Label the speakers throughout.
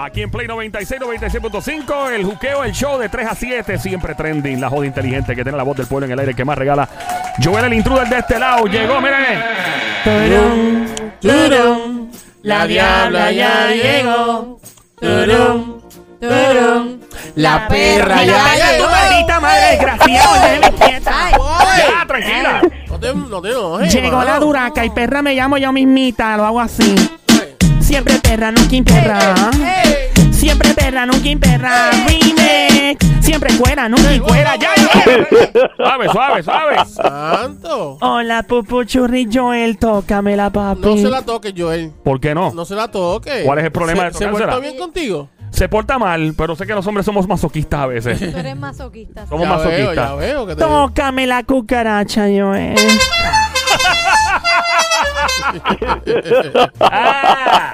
Speaker 1: Aquí en Play 96, 96.5, el juqueo, el show de 3 a 7, siempre trending. La joda inteligente que tiene la voz del pueblo en el aire, el que más regala. Joel, el intruder de este lado, llegó, miren.
Speaker 2: Turum, turum, la diabla ya llegó. Turum, turum, la perra
Speaker 3: Mira,
Speaker 2: ya
Speaker 3: vaya tu
Speaker 2: llegó.
Speaker 3: maldita madre desgraciada, déjeme quieta.
Speaker 1: Ya, tranquila.
Speaker 2: No te, no te enojes,
Speaker 3: Llegó la
Speaker 2: mano.
Speaker 3: duraca y perra me llamo yo mismita, lo hago así. Siempre perra, nunca imperra. Siempre perra, nunca imperra. Remix. Siempre fuera, nunca
Speaker 2: Fuera
Speaker 3: fuera.
Speaker 2: ya, ya.
Speaker 1: Suave, suave, suave.
Speaker 2: Santo.
Speaker 3: Hola, pupuchurri Joel, tócame la papi.
Speaker 2: No se la toque, Joel.
Speaker 1: ¿Por qué no?
Speaker 2: No se la toque.
Speaker 1: ¿Cuál es el problema
Speaker 2: ¿Se,
Speaker 1: de
Speaker 2: ¿se portó
Speaker 1: tocársela?
Speaker 2: bien contigo?
Speaker 1: Se porta mal, pero sé que los hombres somos masoquistas a veces.
Speaker 4: Tú eres masoquista.
Speaker 1: Somos
Speaker 2: ya veo, ya
Speaker 1: masoquistas.
Speaker 2: veo que te...
Speaker 3: Tócame la cucaracha, Joel.
Speaker 1: Ah.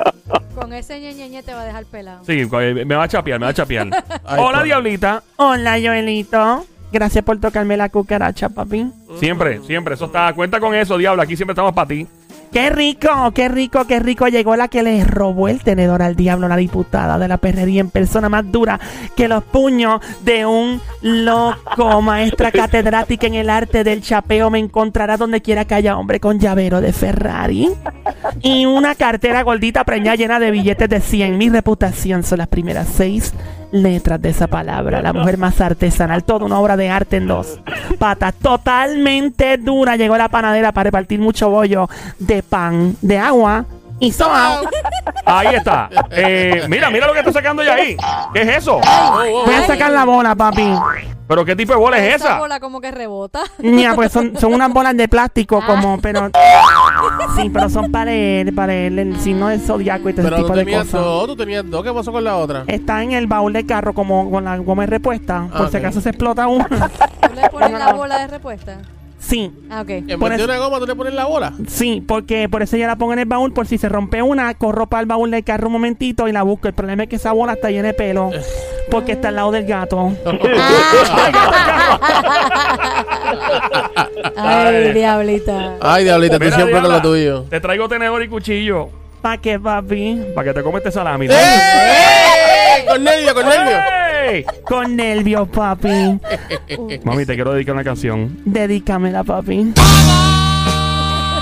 Speaker 4: Con ese ñeñeñe te va a dejar pelado.
Speaker 1: Sí, eh, me va a chapear, me va a chapear. Hola,
Speaker 2: por-
Speaker 1: diablita.
Speaker 3: Hola, Joelito. Gracias por tocarme la cucaracha, papi.
Speaker 1: Siempre, siempre. Eso está. Cuenta con eso, diablo. Aquí siempre estamos para ti.
Speaker 3: Qué rico, qué rico, qué rico. Llegó la que le robó el tenedor al diablo, la diputada de la perrería en persona más dura que los puños de un loco. Maestra catedrática en el arte del chapeo. Me encontrará donde quiera que haya hombre con llavero de Ferrari y una cartera gordita preñada llena de billetes de 100. Mi reputación son las primeras seis letras de esa palabra. La mujer más artesanal, toda una obra de arte en dos patas. Totalmente dura. Llegó la panadera para repartir mucho bollo de pan, de agua y soa.
Speaker 1: Ahí está. Eh, mira, mira lo que está sacando ella ahí. ¿Qué es eso?
Speaker 3: Voy a sacar la bola, papi.
Speaker 1: ¿Pero qué tipo de bola es esa?
Speaker 4: bola como que rebota.
Speaker 3: Ña, pues son, son unas bolas de plástico como, pero... Sí, pero son para él, para él, el signo del zodiaco y todo ese
Speaker 2: Pero tú
Speaker 3: tipo de
Speaker 2: tenías
Speaker 3: cosas.
Speaker 2: dos, tú tenías dos. ¿Qué pasó con la otra?
Speaker 3: Está en el baúl del carro como con la goma de respuesta. Por
Speaker 2: Ah,
Speaker 3: si
Speaker 2: ok.
Speaker 3: acaso se explota una.
Speaker 4: Tú le pones la bola de respuesta.
Speaker 3: sí,
Speaker 4: Ah, ok.
Speaker 2: En
Speaker 3: Por
Speaker 2: vez de
Speaker 3: eso-
Speaker 2: una goma, tú le pones la bola.
Speaker 3: sí, porque por eso yo la pongo en el baúl. Por si se rompe una, corro para el baúl del carro un momentito y la busco. El problema es que esa bola está llena de pelo. Porque está al lado del gato.
Speaker 2: Ah.
Speaker 1: Ay.
Speaker 4: Ay, diablita.
Speaker 2: Ay, diablita, tú
Speaker 1: Mira,
Speaker 2: siempre con
Speaker 1: diabla,
Speaker 2: lo tuyo.
Speaker 1: Te traigo tenedor y cuchillo
Speaker 3: ¿Para qué, papi?
Speaker 1: para que te comes este salami.
Speaker 2: ¡Eh! ¡Eh! ¡Eh! Con nervio, con nervio.
Speaker 1: ¡Ey!
Speaker 3: Con nervios, papi.
Speaker 1: Mami, te quiero dedicar una canción.
Speaker 3: Dedícamela, papi.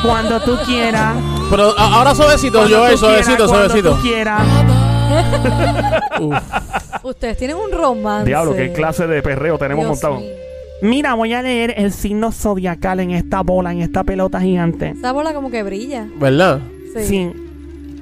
Speaker 3: Cuando tú quieras.
Speaker 2: Pero a- ahora suavecito,
Speaker 3: Cuando
Speaker 2: Joel,
Speaker 3: tú quieras,
Speaker 2: suavecito,
Speaker 3: cuando
Speaker 2: suavecito.
Speaker 3: tú quieras.
Speaker 2: Uf.
Speaker 4: Ustedes tienen un romance.
Speaker 1: Diablo, qué clase de perreo tenemos
Speaker 4: Dios
Speaker 1: montado.
Speaker 4: mío.
Speaker 3: Mira, voy a leer el signo zodiacal en esta bola, en esta pelota gigante.
Speaker 4: Esa bola como que brilla.
Speaker 2: ¿Verdad?
Speaker 4: Sí.
Speaker 3: Sí.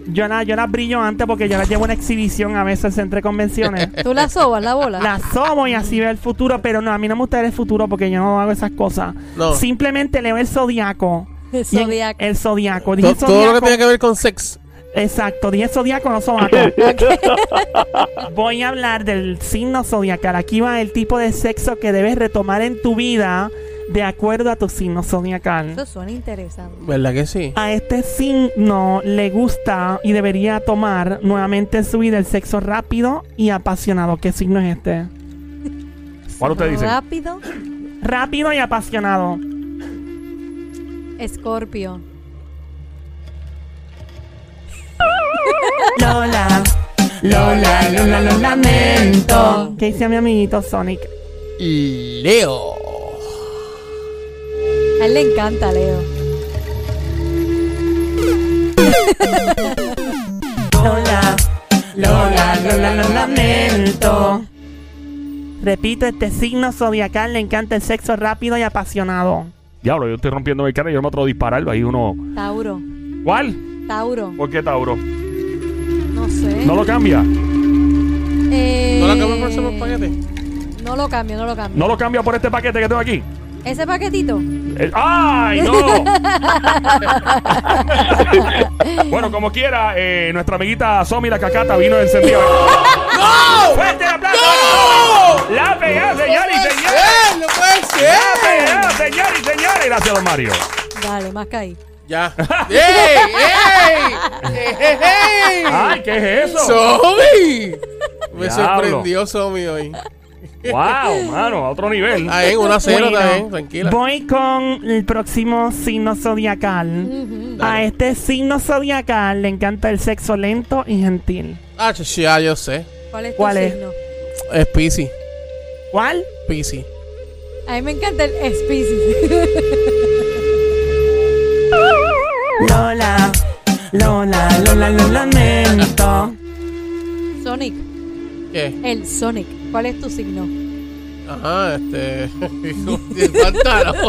Speaker 3: Yo las yo la brillo antes porque yo las llevo en exhibición a veces entre convenciones.
Speaker 4: Tú la sobas la bola.
Speaker 3: Las somo y así veo el futuro, pero no, a mí no me gusta ver el futuro porque yo no hago esas cosas.
Speaker 2: No.
Speaker 3: Simplemente leo el zodiaco. Y en-
Speaker 4: Zodiac.
Speaker 3: El zodiaco. Dije
Speaker 2: To- Todo lo que
Speaker 3: zodiaco.
Speaker 2: tenga que ver con sex.
Speaker 3: Exacto, 10 zodiacos no sobaco. Voy a hablar del signo zodiacal. Aquí va el tipo de sexo que debes retomar en tu vida de acuerdo a tu signo zodiacal.
Speaker 4: Eso suena interesante.
Speaker 2: ¿Verdad que sí?
Speaker 3: A este signo le gusta y debería tomar nuevamente en su vida el sexo rápido y apasionado. ¿Qué signo es este?
Speaker 1: ¿Cuál usted dice?
Speaker 4: Rápido,
Speaker 3: Rápido y apasionado.
Speaker 4: Escorpio.
Speaker 3: Lola, Lola, Lola, lo lamento. ¿Qué dice mi amiguito Sonic?
Speaker 2: Leo.
Speaker 4: A él le encanta, Leo.
Speaker 3: Lola, Lola, Lola, lo lamento. Repito, este signo zodiacal le encanta el sexo rápido y apasionado.
Speaker 1: Diablo, yo estoy rompiendo mi cara y yo me atrevo a dispararlo. Ahí uno.
Speaker 4: Tauro.
Speaker 1: ¿Cuál?
Speaker 4: Tauro.
Speaker 1: ¿Por qué, Tauro?
Speaker 4: No sé.
Speaker 1: No lo cambia.
Speaker 4: Eh,
Speaker 2: ¿No la acabas por hacer un paquete?
Speaker 4: No lo cambio, no lo cambio.
Speaker 1: No lo cambia por este paquete que tengo aquí.
Speaker 4: Ese paquetito.
Speaker 1: Eh, ¡Ay, no! bueno, como quiera, eh, nuestra amiguita Somi la cacata vino encendida. ¡No! ¡Fuerte el aplauso! ¡No! ¡La pegada, señores y señores!
Speaker 2: ¡No puede
Speaker 1: ¡La
Speaker 2: ser!
Speaker 1: pegada, señores y señores! Gracias, don Mario.
Speaker 4: Dale, más caí.
Speaker 2: Ya. ¡Ey! ¡Ey! ¡Ey! ¡Ey!
Speaker 1: ¡Ay, qué es eso!
Speaker 2: ¡Somi! Me
Speaker 1: Diablo.
Speaker 2: sorprendió Somi hoy.
Speaker 1: ¡Wow, mano! A otro nivel.
Speaker 2: Está bien, una cero
Speaker 3: Bueno.
Speaker 2: está bien, tranquila.
Speaker 3: Voy con el próximo signo zodiacal. A este signo zodiacal le encanta el sexo lento y gentil.
Speaker 2: Ah, ch- ch- ya yo sé.
Speaker 4: ¿Cuál es tu
Speaker 3: ¿Cuál es?
Speaker 4: signo?
Speaker 2: Es Pisi.
Speaker 3: ¿Cuál?
Speaker 2: Pisi.
Speaker 4: A mí me encanta el Species.
Speaker 3: Lola, Lola, Lola, lo lamento.
Speaker 4: Sonic.
Speaker 2: ¿Qué?
Speaker 4: El Sonic. ¿Cuál es tu signo?
Speaker 2: Ajá, este. pantalones.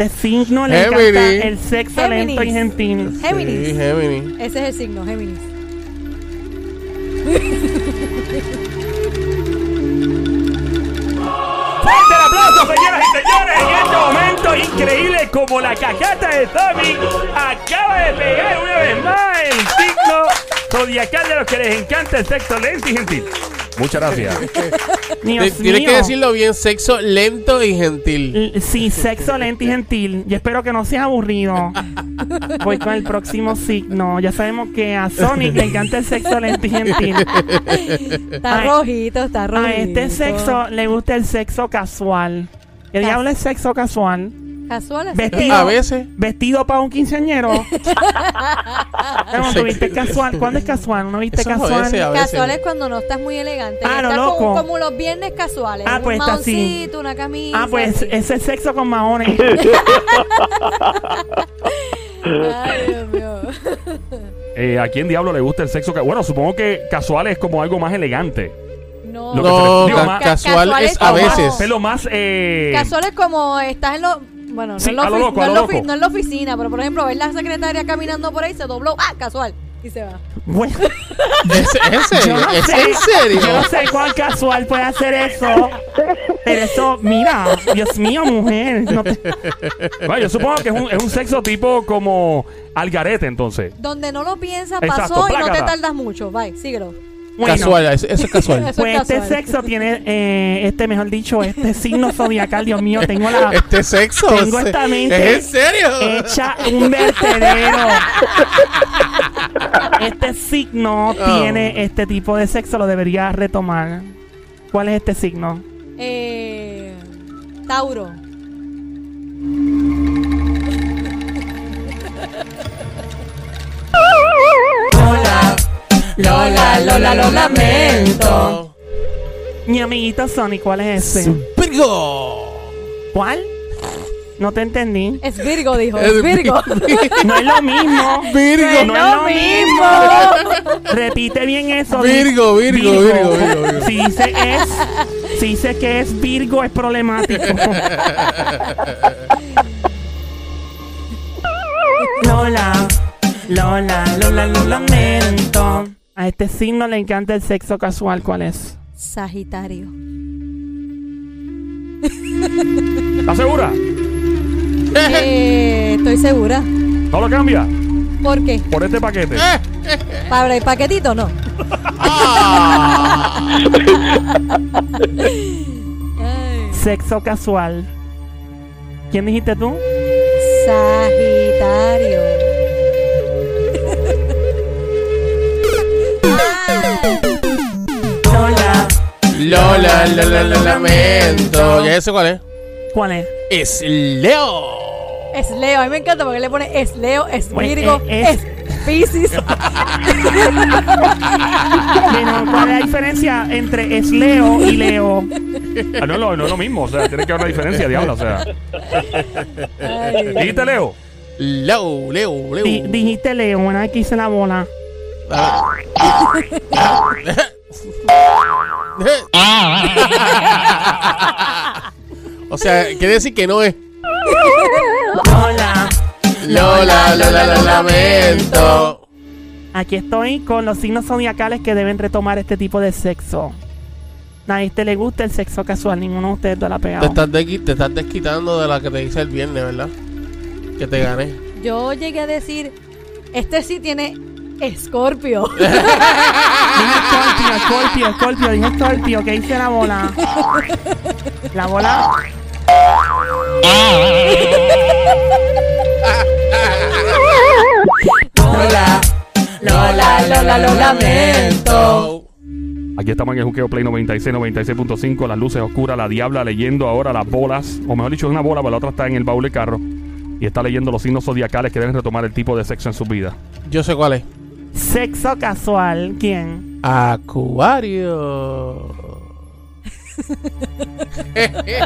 Speaker 3: Este signo le encanta
Speaker 2: Géminis.
Speaker 3: el sexo
Speaker 4: Géminis.
Speaker 3: lento y gentil.
Speaker 4: Géminis.
Speaker 2: Sí, Géminis.
Speaker 4: Ese es el signo, Géminis.
Speaker 1: ¡Fuerte el aplauso, señoras y señores! En este momento increíble, como la cajata de Tommy acaba de pegar una vez más el signo zodiacal de los que les encanta el sexo lento y gentil. Muchas gracias.
Speaker 3: Dios
Speaker 2: Te- Tienes
Speaker 3: mío.
Speaker 2: que decirlo bien, sexo lento y gentil.
Speaker 3: L- Sí, sexo lento y gentil. Y espero que no sea aburrido. Voy con el próximo signo. Ya sabemos que a Sonic le encanta el sexo lento y gentil.
Speaker 4: Está
Speaker 3: Ay.
Speaker 4: rojito, está rojito.
Speaker 3: A este sexo le gusta el sexo casual. ¿Qué
Speaker 4: Cas-
Speaker 3: diablo es sexo casual?
Speaker 4: Casual así.
Speaker 3: Vestido.
Speaker 2: A veces.
Speaker 3: ¿Vestido para un quinceañero? no, viste casual. ¿Cuándo es casual? ¿No viste
Speaker 2: Eso es a
Speaker 3: casual?
Speaker 2: veces, a veces.
Speaker 4: Casual es cuando no estás muy elegante.
Speaker 3: Ah,
Speaker 4: estás
Speaker 3: lo
Speaker 4: como,
Speaker 3: loco.
Speaker 4: como los viernes casuales.
Speaker 3: Ah, pues
Speaker 4: un
Speaker 3: está así.
Speaker 4: mahoncito, una camisa.
Speaker 3: Ah, pues
Speaker 4: así.
Speaker 3: ese es sexo con maones.
Speaker 4: Ay, Dios mío.
Speaker 1: Eh, ¿A quién diablo le gusta el sexo? ca- Bueno, supongo que casual es como algo más elegante.
Speaker 4: No.
Speaker 1: Lo que
Speaker 2: No,
Speaker 1: se le-
Speaker 2: ca-
Speaker 1: digo, ma-
Speaker 2: casual
Speaker 4: casual es
Speaker 2: es a
Speaker 4: como-
Speaker 2: veces.
Speaker 1: Es lo más... Eh,
Speaker 4: Casual es como estás en lo. Bueno, no,
Speaker 1: Sí,
Speaker 4: en, la
Speaker 1: a lo
Speaker 4: ofi-
Speaker 1: loco,
Speaker 4: no
Speaker 1: a
Speaker 4: en
Speaker 1: lo
Speaker 4: la ofi-
Speaker 1: loco.
Speaker 4: no en la oficina, pero por ejemplo, ves la secretaria caminando por ahí, se dobló. ¡Ah, casual! Y se va.
Speaker 3: Bueno,
Speaker 2: ¿Es, es en
Speaker 3: yo
Speaker 2: serio?
Speaker 3: no
Speaker 2: ¿Es
Speaker 3: sé.
Speaker 2: en serio?
Speaker 3: Yo no sé cuán casual puede hacer eso. Pero eso, mira, Dios mío, mujer. no te-
Speaker 1: bueno, yo supongo que es un, es un sexo tipo como algarete, entonces.
Speaker 4: Donde no lo piensas,
Speaker 1: Exacto,
Speaker 4: pasó y no te
Speaker 1: plácata.
Speaker 4: tardas mucho. Bye, síguelo.
Speaker 3: Bueno,
Speaker 2: Casual, eso, eso es casual.
Speaker 4: Eso
Speaker 3: Pues
Speaker 4: es
Speaker 3: este
Speaker 4: casual.
Speaker 3: sexo tiene, eh, este, mejor dicho, este signo zodiacal, Dios mío, tengo la
Speaker 2: Este sexo.
Speaker 3: Ah. Tengo
Speaker 2: se-
Speaker 3: esta mente
Speaker 2: ¿Es en serio?
Speaker 3: hecha un vertedero. Este signo
Speaker 2: Oh.
Speaker 3: tiene este tipo de sexo, lo debería retomar. ¿Cuál es este signo?
Speaker 4: Eh, Tauro.
Speaker 2: Lola,
Speaker 4: Lola, lo
Speaker 3: lamento. Mi amiguito Sony, ¿cuál es ese?
Speaker 2: Virgo.
Speaker 3: ¿Cuál? No te entendí.
Speaker 4: Es Virgo, dijo.
Speaker 2: Es
Speaker 4: Es Virgo.
Speaker 3: No es lo mismo.
Speaker 2: Virgo.
Speaker 3: No
Speaker 4: ¡Lo
Speaker 3: es
Speaker 4: mismo!
Speaker 3: lo mismo. Repite bien eso.
Speaker 2: Virgo, Virgo, Virgo, Virgo, Virgo.
Speaker 3: Si dice es, si dice que es Virgo es problemático. Lola, Lola, Lola, lo lamento. A este signo le encanta el sexo casual, ¿cuál es?
Speaker 4: Sagitario.
Speaker 1: ¿Estás segura?
Speaker 4: Eh, estoy segura.
Speaker 1: No lo cambia
Speaker 4: ¿Por qué?
Speaker 1: por este paquete.
Speaker 2: eh,
Speaker 4: ¿Para el paquetito no?
Speaker 2: ah.
Speaker 4: Ay,
Speaker 3: Sexo casual. ¿Quién dijiste tú?
Speaker 4: Sagitario. Ah,
Speaker 3: Lola,
Speaker 2: Lola, Lola, lo lamento. ¿Ya ese cuál es?
Speaker 3: ¿cuál es?
Speaker 2: Es Leo.
Speaker 4: Es Leo. A mí me encanta porque le pone es Leo, es
Speaker 3: Bueno,
Speaker 4: Virgo,
Speaker 3: eh,
Speaker 4: es,
Speaker 3: es-
Speaker 4: Pisces.
Speaker 3: Bueno, ¿cuál es la diferencia entre es Leo y Leo?
Speaker 1: Ah, no, es lo- no es lo mismo, o sea, tiene que haber una diferencia, diablo, o sea. Dijiste, Leo.
Speaker 2: Leo, Leo, Leo.
Speaker 3: Di- dijiste Leo, bueno, aquí hice la bola.
Speaker 2: Eh. o sea, quiere decir que no es.
Speaker 3: Lola.
Speaker 2: Lola, Lola, lo lamento.
Speaker 3: Aquí estoy con los signos zodiacales que deben retomar este tipo de sexo. A este le gusta el sexo casual, ninguno de ustedes dos la ha
Speaker 2: Te
Speaker 3: pegado.
Speaker 2: estás, desqui- te estás desquitando de la que te hice el viernes, ¿verdad? Que te gané.
Speaker 4: Yo llegué a decir, este sí tiene escorpio.
Speaker 3: Dije Scorpio, Scorpio, Scorpio, dije Scorpio, que hice la bola. La bola.
Speaker 2: Lola, Lola, Lola, lo lamento.
Speaker 1: ¿A Aquí estamos en el Juqueo Play 96, 96.5, las luces oscuras, la diabla leyendo ahora las bolas, o mejor dicho, es una bola, pero la otra está en el baúl del carro. Y está leyendo los signos zodiacales que deben retomar el tipo de sexo en su vida.
Speaker 2: Yo sé cuál es.
Speaker 3: Sexo casual, ¿quién?
Speaker 2: Acuario.
Speaker 3: ¿Qué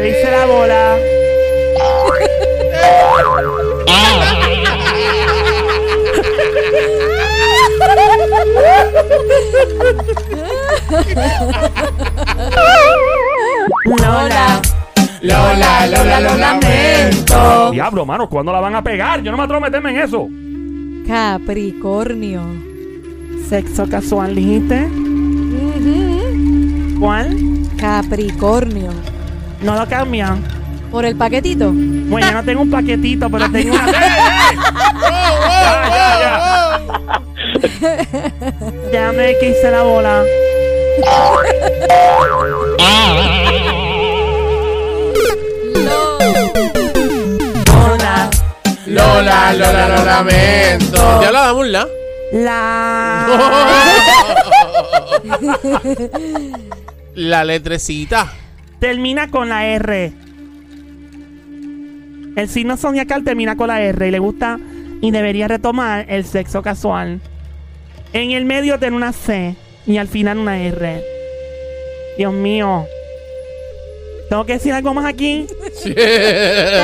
Speaker 3: dice la bola? Lola,
Speaker 2: Lola, Lola, lo lamento.
Speaker 1: Diablo, mano, ¿cuándo la van a pegar? Yo no me atrevo a meterme en eso.
Speaker 4: Capricornio.
Speaker 3: sexo casual, dijiste.
Speaker 4: Ujú.
Speaker 3: ¿Cuál?
Speaker 4: Capricornio.
Speaker 3: No lo cambian.
Speaker 4: Por el paquetito.
Speaker 3: Bueno, yo no tengo un paquetito, pero tengo una.
Speaker 1: Ya, ya, ya.
Speaker 3: Ya me quise la bola.
Speaker 4: No.
Speaker 3: Hola.
Speaker 2: Lola, Lola, lo lamento. Ya la damos la.
Speaker 3: La.
Speaker 2: La letrecita.
Speaker 3: termina con la R. El signo zodiacal termina con la R y le gusta y debería retomar el sexo casual. En el medio tiene una C y al final una R. Dios mío. ¿Tengo que decir algo más aquí?
Speaker 2: Termina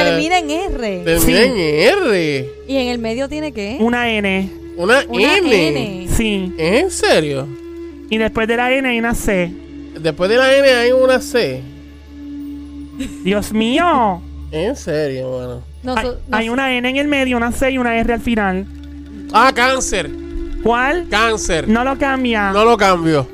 Speaker 4: Termina en R.
Speaker 2: en R.
Speaker 4: Y en el medio tiene que.
Speaker 3: Una N.
Speaker 2: Una,
Speaker 4: Una
Speaker 2: N.
Speaker 4: N.
Speaker 3: Sí.
Speaker 2: ¿En serio?
Speaker 3: Y después de la N hay una C.
Speaker 2: Después de la N hay una C.
Speaker 3: Dios mío.
Speaker 2: En serio, mano.
Speaker 4: Nos-
Speaker 3: Hay,
Speaker 4: nos-
Speaker 3: hay una N en el medio, una C y una R al final.
Speaker 2: Ah, cáncer.
Speaker 3: ¿Cuál?
Speaker 2: Cáncer.
Speaker 3: No lo cambia.
Speaker 2: No lo cambio.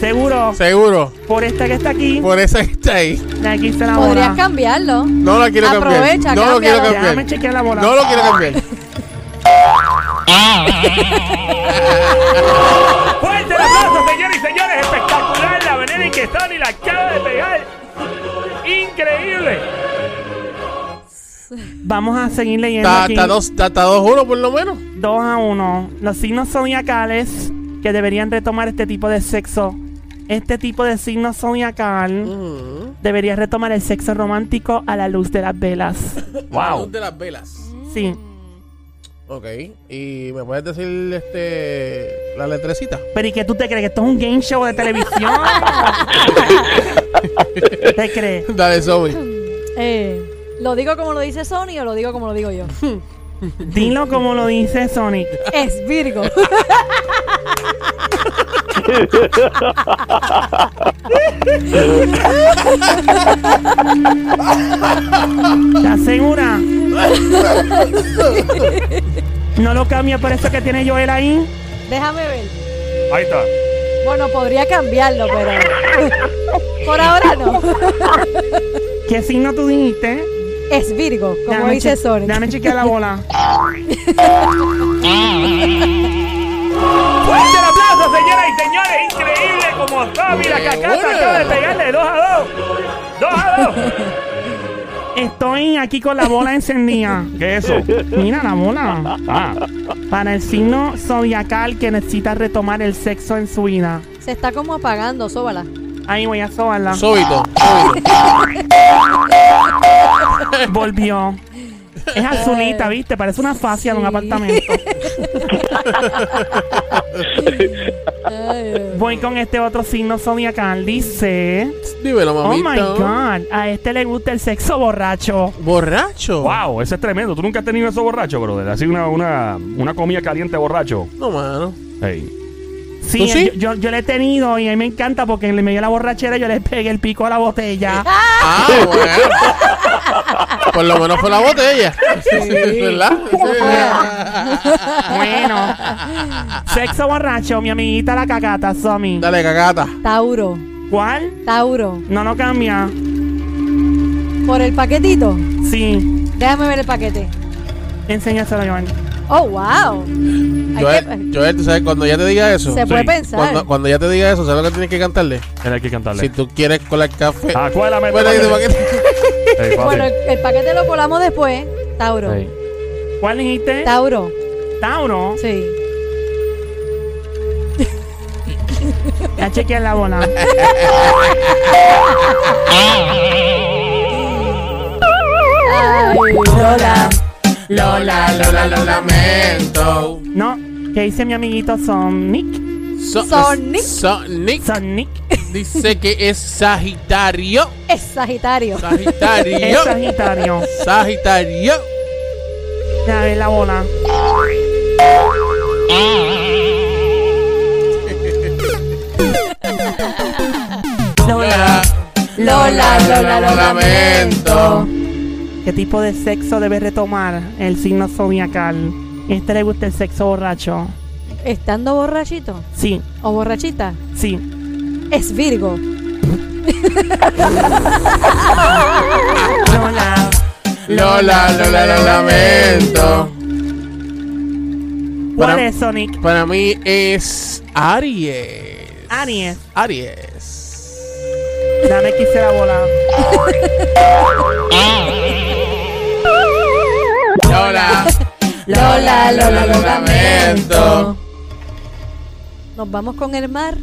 Speaker 3: Seguro.
Speaker 2: Seguro.
Speaker 3: Por esta que está aquí.
Speaker 2: Por eso está ahí.
Speaker 3: La que hice la bola.
Speaker 4: Podrías cambiarlo.
Speaker 2: No lo quiero cambiar.
Speaker 4: Aprovecha,
Speaker 2: no lo quiero
Speaker 4: cámbialo.
Speaker 2: cambiar.
Speaker 3: Déjame chequear la bola.
Speaker 2: No lo quiero cambiar.
Speaker 1: Fuerte el aplauso, señores y señores. Espectacular la manera en que Sony la acaba de pegar. Increíble.
Speaker 3: Vamos a seguir leyendo
Speaker 2: Está
Speaker 3: aquí.
Speaker 2: está dos, está, está dos uno por lo menos.
Speaker 3: 2 a 1. Los signos zodiacales que deberían retomar este tipo de sexo. Este tipo de signo zodiacal
Speaker 2: Mm.
Speaker 3: debería retomar el sexo romántico a la luz de las velas.
Speaker 2: La luz
Speaker 1: Wow.
Speaker 2: de las velas.
Speaker 3: Sí.
Speaker 2: Ok. ¿Y me puedes decir este la letrecita?
Speaker 3: Pero ¿y qué tú te crees? ¿Que esto es un game show de televisión? ¿Te crees?
Speaker 2: Dale, Zombie.
Speaker 4: Eh, ¿Lo digo como lo dice Sony o lo digo como lo digo yo?
Speaker 3: Dilo como lo dice Sonic.
Speaker 4: Es Virgo.
Speaker 3: ¿Estás segura? No lo cambia por eso que tiene Joel ahí.
Speaker 4: Déjame ver.
Speaker 1: Ahí está.
Speaker 4: Bueno, podría cambiarlo, pero. Por ahora no.
Speaker 3: ¿Qué signo tú dijiste?
Speaker 4: Es Virgo, como
Speaker 3: Déjame che-
Speaker 4: dice Sony.
Speaker 3: Déjame chequear la bola.
Speaker 1: Fuerte el aplauso, señoras y señores. Increíble como Sony la cacata acaba de pegarle 2 a 2. 2 a 2.
Speaker 3: Estoy aquí con la bola encendida.
Speaker 1: ¿Qué es eso?
Speaker 3: Mira la bola.
Speaker 1: Ah,
Speaker 3: Para el signo zodiacal que necesita retomar el sexo en su vida.
Speaker 4: Se está como apagando, sóbala.
Speaker 3: Ahí voy a sobarla.
Speaker 2: Súbito, súbito.
Speaker 3: Volvió. Es azulita, ¿viste? Parece una fascia de un
Speaker 4: Sí.
Speaker 3: apartamento.
Speaker 4: Ay,
Speaker 3: Voy con este otro signo zodiacal. Dice...
Speaker 2: Dímelo,
Speaker 3: Oh my
Speaker 2: mamita.
Speaker 3: God. A este le gusta el sexo borracho.
Speaker 2: Borracho.
Speaker 1: wow, ese es tremendo. Tú nunca has tenido eso borracho, brother. Así una, una, una comida caliente borracho.
Speaker 2: No, mano.
Speaker 1: Hey.
Speaker 3: Sí,
Speaker 2: ¿Tú sí?
Speaker 3: Yo, yo- yo le he tenido y a mí me encanta porque en el medio de la borrachera yo le pegué el pico a la botella.
Speaker 2: Ah, bueno. Por lo menos fue la botella. ¿Verdad? Sí.
Speaker 3: Bueno. Sexo borracho, mi amiguita la cacata, Somi.
Speaker 2: Dale, cagata.
Speaker 4: Tauro,
Speaker 3: ¿Cuál?
Speaker 4: Tauro.
Speaker 3: No, no cambia.
Speaker 4: Por el paquetito.
Speaker 3: Sí.
Speaker 4: Déjame ver el paquete.
Speaker 3: Enséñaselo, Joan.
Speaker 4: Oh, wow. Hay
Speaker 2: Joel, Joel, tú sabes, cuando ya te diga
Speaker 4: que-
Speaker 2: eso,
Speaker 4: se puede
Speaker 1: sí.
Speaker 4: pensar.
Speaker 2: cuando, cuando ya te diga eso, ¿sabes lo que tienes que cantarle?
Speaker 1: Él hay que cantarle.
Speaker 2: Si tú quieres colar café.
Speaker 1: Acuélame.
Speaker 2: Bueno, ahí te va
Speaker 1: espérate.
Speaker 2: que-
Speaker 1: Ey, papi.
Speaker 4: Bueno, el, el paquete lo colamos después. Tauro.
Speaker 1: Ey.
Speaker 3: ¿Cuál dijiste?
Speaker 4: Tauro.
Speaker 3: Tauro.
Speaker 4: Sí.
Speaker 3: Ya chequeé la bola.
Speaker 2: Lola, Lola, Lola, lo lamento.
Speaker 3: No, que dice mi amiguito Sonic.
Speaker 2: So-
Speaker 4: Sonic.
Speaker 2: Sonic
Speaker 3: Sonic.
Speaker 2: dice que es Sagitario.
Speaker 4: Es Sagitario.
Speaker 3: Es
Speaker 2: Sagitario.
Speaker 3: Sagitario.
Speaker 2: Sagitario.
Speaker 3: A ver la bola.
Speaker 2: Lola,
Speaker 4: Lola, Lola, lo lamento.
Speaker 3: ¿Qué tipo de sexo debe retomar el signo zodiacal? ¿Este le gusta el sexo borracho?
Speaker 4: ¿Estando borrachito
Speaker 3: Sí,
Speaker 4: o borrachita?
Speaker 3: sí.
Speaker 4: Es Virgo.
Speaker 3: Lola.
Speaker 2: Lola, Lola, lo lamento.
Speaker 3: ¿Cuál
Speaker 2: Para-
Speaker 3: es Sonic?
Speaker 2: Para mí es Aries.
Speaker 3: Aries.
Speaker 2: Aries.
Speaker 3: Dame que hice la bola.
Speaker 2: Lola.
Speaker 4: Lola,
Speaker 2: Lola, lo lamento.
Speaker 4: Nos vamos con el mar.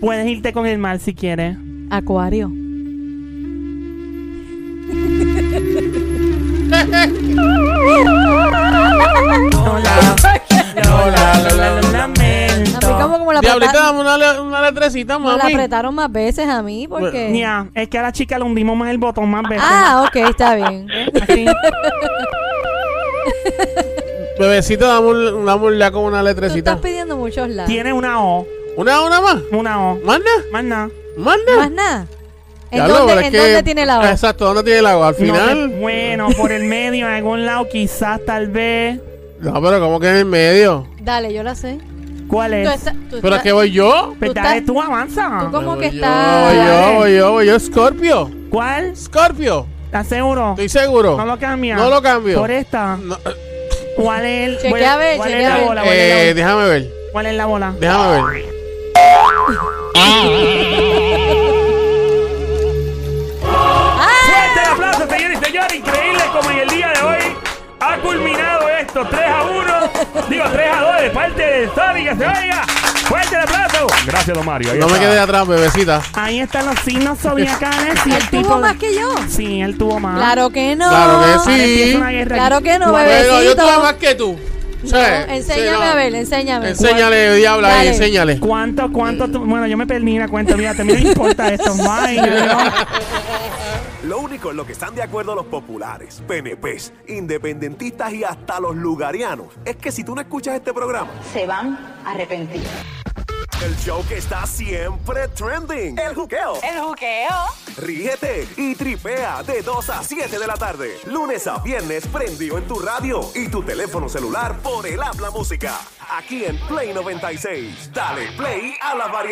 Speaker 3: Puedes irte con el mal si quieres.
Speaker 4: Acuario.
Speaker 3: Lola.
Speaker 2: Lola, Lola,
Speaker 3: lo
Speaker 2: Lola.
Speaker 4: A mí como,
Speaker 3: lamento.
Speaker 4: como la
Speaker 2: Diablita, Ah.
Speaker 4: apretaron,
Speaker 2: dame una, le- una letrecita,
Speaker 4: como la
Speaker 2: mami.
Speaker 4: apretaron más veces a mí porque...
Speaker 3: Ya, es que a la chica le hundimos más el botón más veces.
Speaker 4: Ah, ok, está bien.
Speaker 3: Así.
Speaker 2: Bebecito, dame un, dame un la con una
Speaker 4: Tú estás
Speaker 2: letrecita.
Speaker 4: pidiendo muchos la.
Speaker 3: Tiene una O.
Speaker 2: Una, una más.
Speaker 3: Una O.
Speaker 2: ¿Manda?
Speaker 3: Más nada.
Speaker 2: ¿Manda?
Speaker 4: Más nada. ¿En
Speaker 2: Diablo, pero
Speaker 4: dónde,
Speaker 2: es
Speaker 4: en
Speaker 2: que-
Speaker 4: dónde tiene la hora?
Speaker 2: Exacto, ¿dónde tiene el agua? Al
Speaker 3: No te-
Speaker 2: final.
Speaker 3: bueno, por el medio, en algún lado, quizás, tal vez.
Speaker 2: No, pero ¿cómo que en el medio?
Speaker 4: Dale, yo la sé.
Speaker 3: ¿Cuál
Speaker 4: Tú,
Speaker 3: es?
Speaker 4: estás- tú
Speaker 2: ¿Pero
Speaker 4: estás-
Speaker 2: a qué voy yo?
Speaker 3: Pues
Speaker 4: tú
Speaker 3: dale,
Speaker 4: estás-
Speaker 3: tú avanza.
Speaker 4: tú como que
Speaker 2: Voy
Speaker 4: está...
Speaker 2: Yo, yo, voy yo, voy yo, Scorpio.
Speaker 3: ¿Cuál?
Speaker 2: Scorpio.
Speaker 3: ¿Estás seguro?
Speaker 2: Estoy seguro.
Speaker 3: No lo cambia.
Speaker 2: No lo cambio.
Speaker 3: Por esta.
Speaker 2: No, eh,
Speaker 3: ¿Cuál es? el-
Speaker 4: Chequea
Speaker 3: cuál-
Speaker 4: a ver,
Speaker 3: ¿Cuál es
Speaker 4: chequea a
Speaker 3: la
Speaker 4: ver.
Speaker 3: bola? ¿Cuál es la bola?
Speaker 2: déjame ver.
Speaker 3: ¿Cuál es la bola?
Speaker 2: Déjame ver.
Speaker 1: Fuerte el aplauso, señores y señores. Increíble como en el día de hoy ha culminado esto. 3 a 1. digo, 3 a 2 de parte de Sony. Que se oiga. Fuerte el aplauso. Gracias, don Mario. Ahí
Speaker 2: No me
Speaker 1: está.
Speaker 2: quedé atrás, bebecita.
Speaker 3: Ahí están los signos zodiacales y el
Speaker 4: Él
Speaker 3: tipo.
Speaker 4: tuvo
Speaker 3: de-
Speaker 4: más que yo.
Speaker 3: Sí, él tuvo más.
Speaker 4: Claro que no.
Speaker 2: Ah. Claro que sí.
Speaker 3: Ahora empieza una guerra
Speaker 4: Claro
Speaker 3: aquí.
Speaker 4: que no,
Speaker 3: Bueno,
Speaker 4: bebé.
Speaker 2: Pero yo
Speaker 4: Bebecito.
Speaker 2: tuve más que tú. Sí,
Speaker 4: No,
Speaker 2: sí,
Speaker 4: enséñame
Speaker 2: no.
Speaker 4: a ver, enséñame.
Speaker 2: eh. Enséñale, diablo, ahí,
Speaker 4: Dale.
Speaker 2: enséñale.
Speaker 3: ¿Cuánto, cuánto? tú- Bueno, yo me perdí la cuenta. Mira, a mí no importa esto. Bye, adiós.
Speaker 5: Lo único en lo que están de acuerdo los populares, PNPs, independentistas y hasta los lugarianos es que si tú no escuchas este programa,
Speaker 6: se van a arrepentir.
Speaker 5: el show que está siempre trending, el juqueo,
Speaker 6: El juqueo.
Speaker 5: ríete y tripea de 2 a 7 de la tarde, lunes a viernes prendido en tu radio y tu teléfono celular por el habla música, aquí en Play 96. Dale play a la variedad.